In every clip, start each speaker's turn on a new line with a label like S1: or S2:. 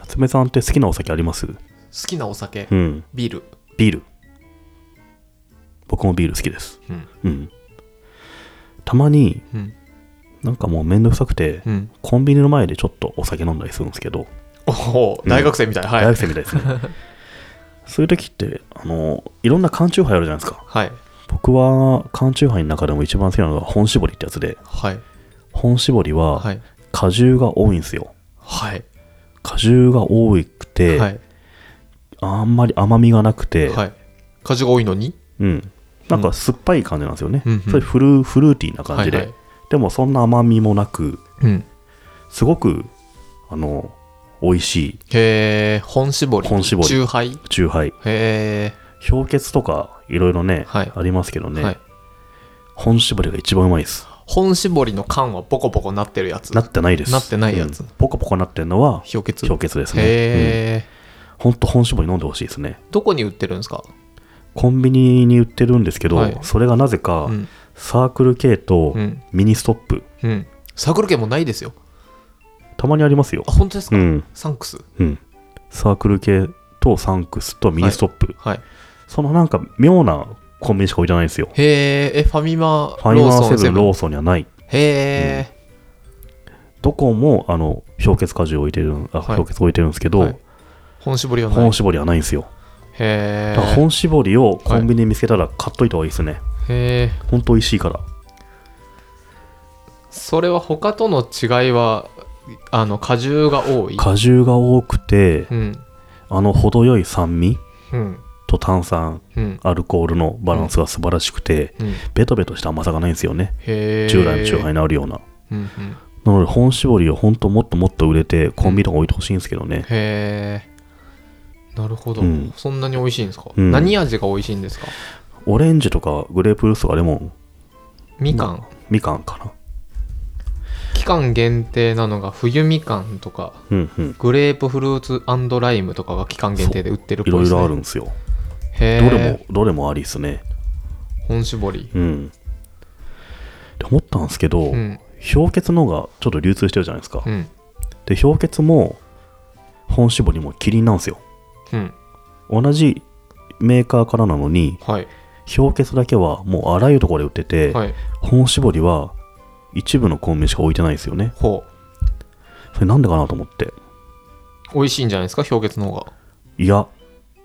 S1: 夏目さんって好きなお酒あります
S2: 好きなお酒、
S1: うん。
S2: ビール。
S1: ビール。僕もビール好きです。
S2: うん。
S1: うん。たまに、
S2: うん。
S1: なんかもうめんどくさくて、
S2: うん。
S1: コンビニの前でちょっとお酒飲んだりするんですけど、
S2: おお、
S1: うん
S2: 大学生みたい。は
S1: 大
S2: い
S1: 学。生みたい ですね。そういう時って、あの、いろんな缶チューハイあるじゃないですか。
S2: はい。
S1: 僕は缶チューハイの中でも一番好きなのが本搾りってやつで、
S2: はい。
S1: 本搾りは
S2: はい。
S1: 果汁が多いんですよ。
S2: はい。
S1: 果汁が多くて、
S2: はい。
S1: あんまり甘みがなくて、
S2: はい。果汁が多いのに
S1: うん、なんか酸っぱい感じなんですよね、
S2: うんうん
S1: それフルフルーティーな感じで、
S2: はいはい
S1: でもそんな甘みもなく
S2: うん。
S1: すごくあの美味しい
S2: へえ、本絞り。
S1: 本搾り
S2: 酎ハイ。
S1: チューハイ
S2: へ
S1: 氷結とかいろいろね、
S2: はい
S1: ありますけど
S2: え。
S1: ね、
S2: はい。
S1: 本搾りが一番うまいです
S2: 本絞りの缶はボコボコなってるやつ。
S1: なってないです
S2: なってないやつ
S1: うんポコポコなってるのは
S2: 氷結。
S1: 氷結ですね、うん
S2: へえ。
S1: ほんと本搾り飲んでほしいですね
S2: どこに売ってるんですか
S1: コンビニに売ってるんですけど、
S2: はい
S1: それがなぜか、
S2: うん。
S1: サークル系と
S2: うん。
S1: ミニストップ、
S2: うん。サークル券もないですよ。
S1: たまにありますよ
S2: あ、本当です
S1: う
S2: か
S1: ん
S2: サンクス。
S1: うん、サークル系とサンクスとミニストップ、
S2: はい。
S1: そのなんか妙なコンビニしか置いてないんですよ
S2: へえ、え、ファミマ、
S1: ファミ
S2: ロー
S1: マ
S2: ソ
S1: セ
S2: ン、
S1: ブ
S2: セ
S1: ン
S2: ブン。
S1: ローソンにはない
S2: へえ。
S1: どこもあの氷結果汁置いてるあ、
S2: はい
S1: 氷結置いてるんですけど、
S2: はい本絞りはな
S1: 本
S2: い。
S1: 絞りはないんですよ、
S2: へ
S1: だから
S2: え。
S1: 本絞りをコンビニに見つけたら買っといた方がいいですね、
S2: へえ。
S1: ほんと美味しいから
S2: それは他との違いは、あの、果汁が多い。
S1: 果汁が多くて
S2: うん。
S1: あの程よい酸味
S2: うん。
S1: と炭酸
S2: うん。
S1: アルコールのバランスが素晴らしくて、
S2: うん。
S1: ベトベトした甘さがないんですよね
S2: へえ。
S1: 従来のチューハイになるような
S2: うんうん。
S1: なので本絞りを本当もっともっと売れてコンビニとか置いてほしいんですけどね、
S2: へえ。なるほど、
S1: うん
S2: そんなに美味しいんですか、
S1: うん
S2: 何味が美味しいんですか
S1: オレンジとかグレープフルーツとかレモン
S2: みかん。
S1: みかんかな
S2: 期間限定なのが冬みかんとか、
S1: うんうん
S2: グレープフルーツライムとかが期間限定で売ってるっ
S1: い
S2: ぽい
S1: ろ
S2: で
S1: い
S2: す、ね。
S1: ろあるんですよ、
S2: へえ。
S1: どれもどれもありですね
S2: 本絞り。
S1: うんって思ったんですけど、
S2: うん。
S1: 氷結の方がちょっと流通してるじゃないですか、
S2: うん。
S1: で氷結も本絞りもキリンなんですよ
S2: うん。
S1: 同じメーカーからなのに
S2: はい。
S1: 氷結だけはもうあらゆるところで売ってて、
S2: はい。
S1: 本絞りは一部のコンビニしか置いてないんですよね
S2: ほう。
S1: それなんでかなと思って
S2: 美味しいんじゃないですか氷結の方が。
S1: いや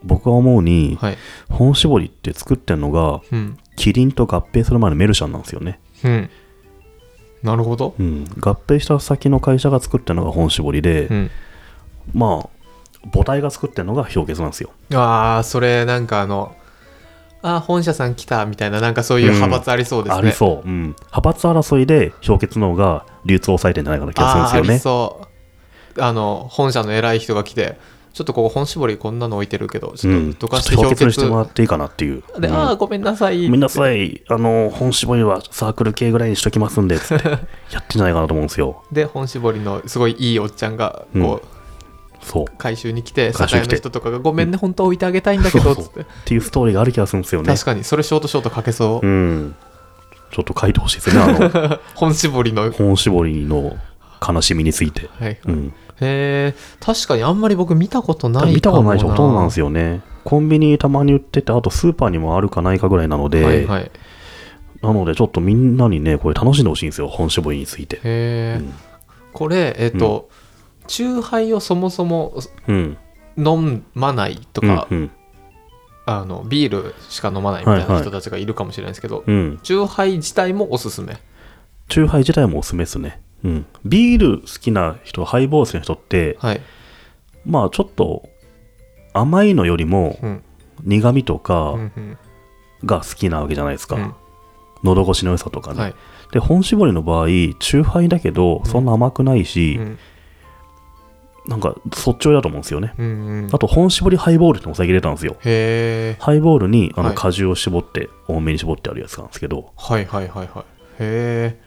S1: 僕が思うに
S2: はい。
S1: 本絞りって作ってんのが
S2: うん。
S1: キリンと合併する前のメルシャンなんですよね、
S2: うん。なるほど。
S1: うん、合併した先の会社が作ってるのが本絞りで、
S2: うん。
S1: まあ母体が作ってるのが氷結なんですよ
S2: ああ、それなんかあの、あー本社さん来たみたいな、なんかそういう
S1: うん
S2: 派閥ありそうですね。
S1: ありそう、うん、派閥争いで氷結の方が流通を抑えてんじゃないかな気がするんですよね
S2: あーありそうあの本社の偉い人が来てちょっとここ本絞りこんなの置いてるけどちょ
S1: う
S2: っ
S1: ん
S2: とどかし
S1: ちょ
S2: て
S1: っと氷
S2: 氷
S1: 結
S2: 結,、
S1: にしてもらっていいかなっていう、
S2: で、
S1: うん
S2: ああごめんなさい
S1: ごめんなさいあの本絞りはサークル系ぐらいにしときますんでつって やってんじゃないかなと思うんですよ
S2: で本絞りのすごいいいおっちゃんがこう、
S1: そう
S2: 回収に来て
S1: 回収に
S2: 酒
S1: 来
S2: 屋
S1: て
S2: の人とかが「ごめんね本当は置いてあげたいんだけど」
S1: そう
S2: つ
S1: そ
S2: っ
S1: う
S2: て
S1: っていうストーリーがある気がするんですよね
S2: 確かにそれショートショートかけそう、
S1: うんちょっと書いてほしいですねあの
S2: 本絞りの、はい
S1: 本絞りの悲しみについて。うん、
S2: へえ確かにあんまり僕見たことないかもな
S1: 見たことない人ほとんどなんです
S2: よ
S1: よね。コンビニたまに売ってて、あとスーパーにもあるかないかぐらいなので、
S2: はいはいへ
S1: なのでちょっとみんなにね、これ楽しんでほしいんですよ、本絞りについて。
S2: え、
S1: うん
S2: これえっ、と、チューハイをそもそも
S1: うん。
S2: 飲まないとか、
S1: うん、
S2: あのビールしか飲まないみたい
S1: はいは
S2: ない人たちがいるかもしれないですけど、
S1: うん。うん。
S2: チューハイ自体もおすすめ
S1: チューハイ自体もおすすめですね。うん。ビール好きな人、ハイボール好きな人って、
S2: はい、
S1: まあちょっと甘いのよりも
S2: うん
S1: 苦味と
S2: うんう
S1: か
S2: ん
S1: が好きなわけじゃないですか。
S2: うん
S1: 喉越しの良さとかね。
S2: はい
S1: で、本絞りの場合、チューハイだけど、そんな甘くないし、
S2: うん
S1: なんか、そっち寄りだと思うんですよね。
S2: うんうん
S1: あと、本絞りハイボールってお酒入れたんですよ。
S2: へえ
S1: ハイボールにあ
S2: は
S1: の
S2: い
S1: 果汁を絞って、多めに絞ってあるやつなんですけど、
S2: はいはいはいはいへえ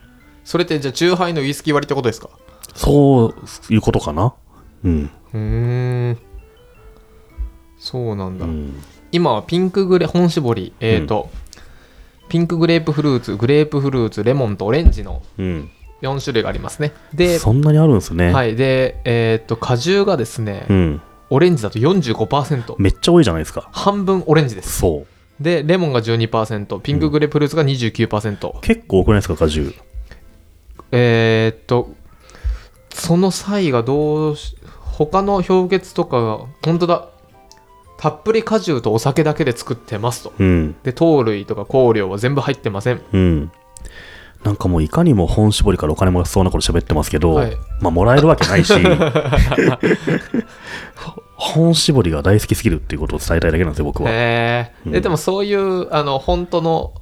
S2: それってじゃあチューハイのウイスキー割りってことですか
S1: そういうことかな。うん。
S2: うーんそうなん
S1: う
S2: だ、
S1: ん、
S2: 今はピンクグレ本搾りえっ、と、ピンクグレープフルーツグレープフルーツレモンとオレンジの
S1: うん。
S2: 4種類がありますねで、
S1: そんなにあるんですね。
S2: はい、で、えーっと果汁がですね、
S1: うん。
S2: オレンジだと45%
S1: めっちゃ多いじゃないですか。
S2: 半分オレンジです
S1: そう。
S2: でレモンが12%ピンクグレープフルーツが29%、
S1: 結構多くないですか、果汁。
S2: えーっとその際がどうし他の氷結とかが本当だたっぷり果汁とお酒だけで作ってますと
S1: うん。
S2: で糖類とか香料は全部入ってません
S1: うん。なんかもういかにも本絞りからお金もらえそうなこと喋ってますけど、
S2: はい
S1: まあもらえるわけ ないし、本絞りが大好きすぎるっていうことを伝えたいだけなんですよ、僕は。
S2: へ
S1: う
S2: え
S1: ん
S2: でもそういうあの本当の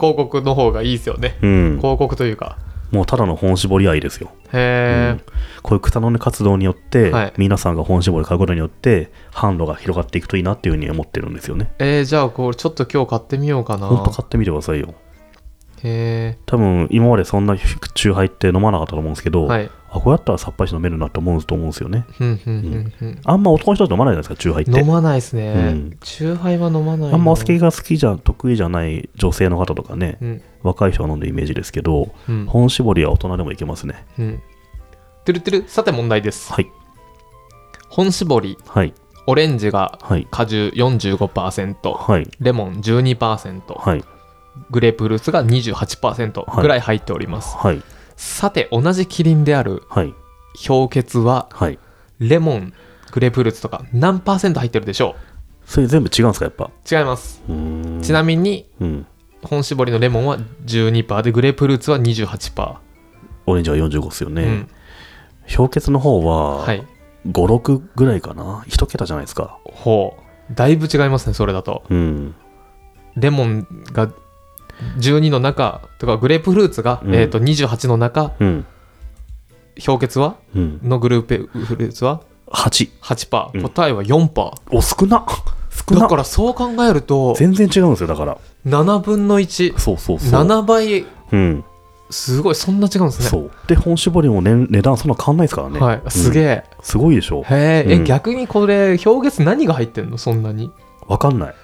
S2: 広告の方がいいですよね、
S1: うん。
S2: 広告というか
S1: もうただの本絞り愛ですよ。う
S2: へ
S1: んこういう草の根活動によって、
S2: はい
S1: 皆さんが本絞りを買うことによって、販路が広がっていくといいなっていうふうに思ってるんですよね。
S2: ええーじゃあこれちょっと今日買ってみようかな
S1: ほんと買ってみてくださいよ。
S2: へ
S1: 多分今までそんなチューハイって飲まなかったと思うんですけ
S2: え
S1: ど、
S2: はい
S1: あこうやったらさっぱり飲めるなって思うと思うんですよね。
S2: ふんふんふんふん
S1: あんま男の人は飲まないじゃないですか、チューハイって。
S2: 飲まないですね、
S1: うん
S2: チューハイは飲まないな
S1: あんまお酒が好きじゃ得意じゃない女性の方とかね、
S2: うん
S1: 若い人が飲んでるイメージですけど、
S2: うん
S1: 本絞りは大人でもいけますね。
S2: うんてるてるさて問題です
S1: はい、
S2: 本搾り
S1: はい、
S2: オレンジが
S1: はい、
S2: 果汁45%
S1: はい、
S2: レモン12%
S1: はい、
S2: グレープフルーツが28%ぐらい入っております、
S1: はい、
S2: さて同じキリンである
S1: はい、
S2: 氷結は
S1: はい。
S2: レモングレープフルーツとか何パーセント入ってるでしょ
S1: それ全部違うんですか、やっぱ。
S2: う違います
S1: うーん
S2: ちなみに
S1: うん。
S2: 本搾りのレモンは12%でグレープフルーツは28%、
S1: オレンジは45ですよね。
S2: うん
S1: 氷結の方は
S2: は
S1: 5、
S2: い
S1: 6ぐらいかな。一桁じゃないですか。
S2: ほうだいぶ違いますねそれだと
S1: うん。
S2: レモンが12の中とかグレープフルーツが、
S1: うん
S2: えー、と28の中
S1: うん。
S2: 氷結は
S1: うん。
S2: のグループフルーツは
S1: 8。
S2: 8%、
S1: うん
S2: 答えは4%
S1: お、少な 少
S2: だ
S1: な
S2: からそう考えると
S1: 全然違うんですよ、だから。
S2: 7分の17
S1: そうそうそう。
S2: 倍
S1: うん。
S2: すごいそんな違うんですね
S1: そう。で、本絞りも、ね、値段そんな変わんないですからね。
S2: はい、すげ
S1: え。
S2: え、
S1: すごいでしょ。
S2: へええ、
S1: うん
S2: 逆にこれ氷結何が入ってんのそんなに
S1: わかんない。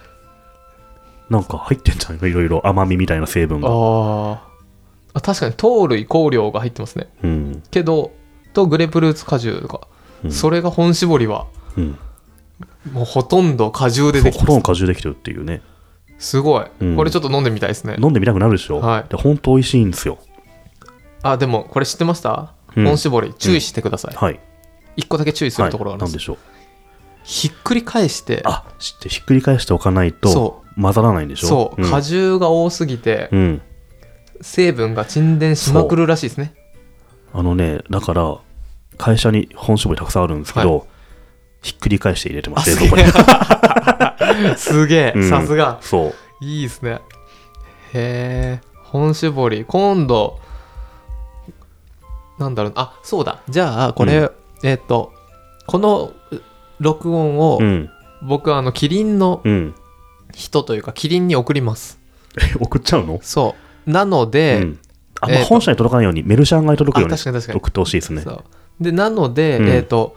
S1: なんか入ってんじゃないか、いろいろ甘みみたいな成分が。
S2: あーあ確かに糖類香料が入ってますね
S1: うん。
S2: けどとグレープフルーツ果汁とか、
S1: うん
S2: それが本搾りは
S1: うん。
S2: もうほとんど果汁で
S1: そう
S2: でき
S1: ほとんど果汁できてるっていうね。
S2: すごい、
S1: うん
S2: これちょっと飲んでみたいですね
S1: 飲んでみたくなるでしょ。
S2: はい
S1: で、ほんと美味しいんですよ。
S2: あでもこれ知ってました、
S1: うん
S2: 本搾り注意してください、
S1: はい。
S2: 一個だけ注意す
S1: はい
S2: るところがあり
S1: な
S2: ま
S1: ん
S2: す、
S1: でしょう。
S2: ひっくり返して
S1: あ、知って、ひっくり返しておかないと
S2: そ、
S1: 混ざらないんでしょ。
S2: そう、
S1: ん
S2: 果汁が多すぎて、
S1: うん。
S2: 成分が沈殿しまくるらしいですね
S1: あのね、だから、会社に本絞りたくさんあるんですけど、ひっくり返して入れてま
S2: あ
S1: す、
S2: す
S1: 冷
S2: げ
S1: 蔵庫に。
S2: え すげ
S1: う
S2: え
S1: ん
S2: さすが
S1: そう。
S2: いいですねへえ本搾り今度なんだろうあそうだじゃあこれ、
S1: う
S2: えっ、とこのう録音を、
S1: うん。
S2: 僕あのキリンの
S1: うん。
S2: 人というかキリンに送ります
S1: 送っちゃうの、
S2: そうなので、
S1: うん。あん
S2: えー
S1: ま
S2: と
S1: 本社に届かないように、メルシャンが届くよう
S2: あ
S1: に
S2: 確かに確かに
S1: 送ってほしいですね
S2: そ。うでなので、
S1: うん
S2: えっ、と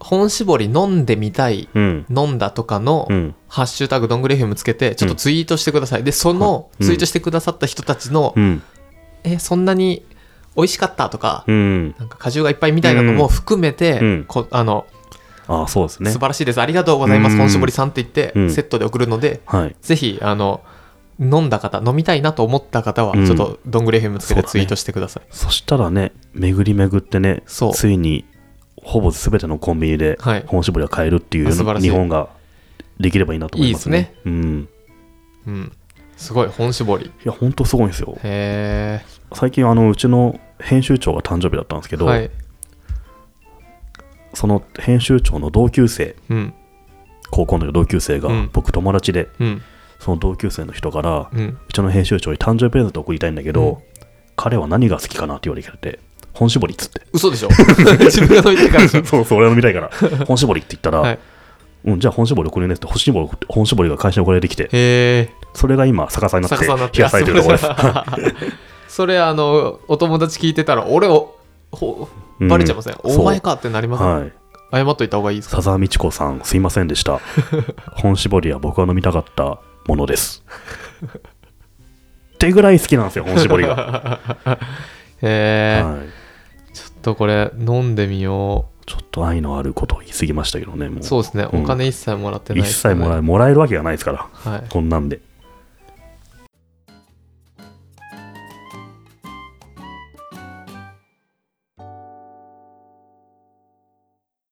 S2: 本搾り飲んでみたい
S1: うん。
S2: 飲んだとかの、
S1: うん。
S2: ハッシュタグどんぐり FM つけてちょっとツイートしてください、でその
S1: うん
S2: ツイートしてくださった人たちの、
S1: うん。
S2: えそんなに美味しかったとか、
S1: うん。
S2: なんか果汁がいっぱいみたいなのも含めて、
S1: うん
S2: こあの
S1: ああ、そうですね
S2: 素。晴らしいですありがとうございます
S1: うん
S2: 本搾りさんって言って、
S1: うん
S2: セットで送るので
S1: はい。
S2: ぜひあの飲んだ方飲みたいなと思った方は
S1: うん
S2: ちょっとどんぐり FM つけ
S1: そうだ
S2: て
S1: ね
S2: ツイートしてください、
S1: そしたらね、巡り巡ってね、
S2: そう
S1: ついに、ほぼ全てのコンビニで
S2: はい、
S1: 本絞りが買えるっていう
S2: あ素晴らしい
S1: 日本ができればいいなと思いますね。うん。
S2: うん、すごい本搾り
S1: いや、ほんとすごいんですよ。
S2: へ
S1: 最近、あの、うちの編集長が誕生日だったんですけ
S2: え
S1: ど、
S2: はい、
S1: その編集長の同級生
S2: うん
S1: 高校の同級生が、
S2: うん
S1: 僕友達で
S2: うん
S1: その同級生の人から
S2: うん
S1: うちの編集長に誕生日プレゼント送りたいんだけど、
S2: うん
S1: 彼は何が好きかなって言われて本絞りっつって
S2: 嘘でしょ 自分が飲みたいからでし ょ
S1: そうそう俺の見たい から本絞りって言ったら、
S2: はい
S1: うん、じゃあ本絞り送りねって本絞り本絞りが会社に送られてきて
S2: へえ
S1: それが今逆さになって
S2: 逆さになって
S1: 冷やされてるところです
S2: それあのお友達聞いてたら俺をほ
S1: うん
S2: バレちゃいません、
S1: そう
S2: お前かってなりません、
S1: はい
S2: 謝っといた方がいいですか
S1: 佐沢美智子さんすいませんでした 本絞りは僕が飲みたかったも のですってぐらい好きなんですよ本絞りが
S2: えー
S1: はい、
S2: ちょっとこれ飲んでみよ
S1: ちょっと愛のあることを言い過ぎましたけどねも
S2: う
S1: う
S2: そうですね
S1: うん
S2: お金一切もらってない
S1: 一
S2: ですね、
S1: 切もらえもらえるわけがないですから
S2: はい
S1: こんなんで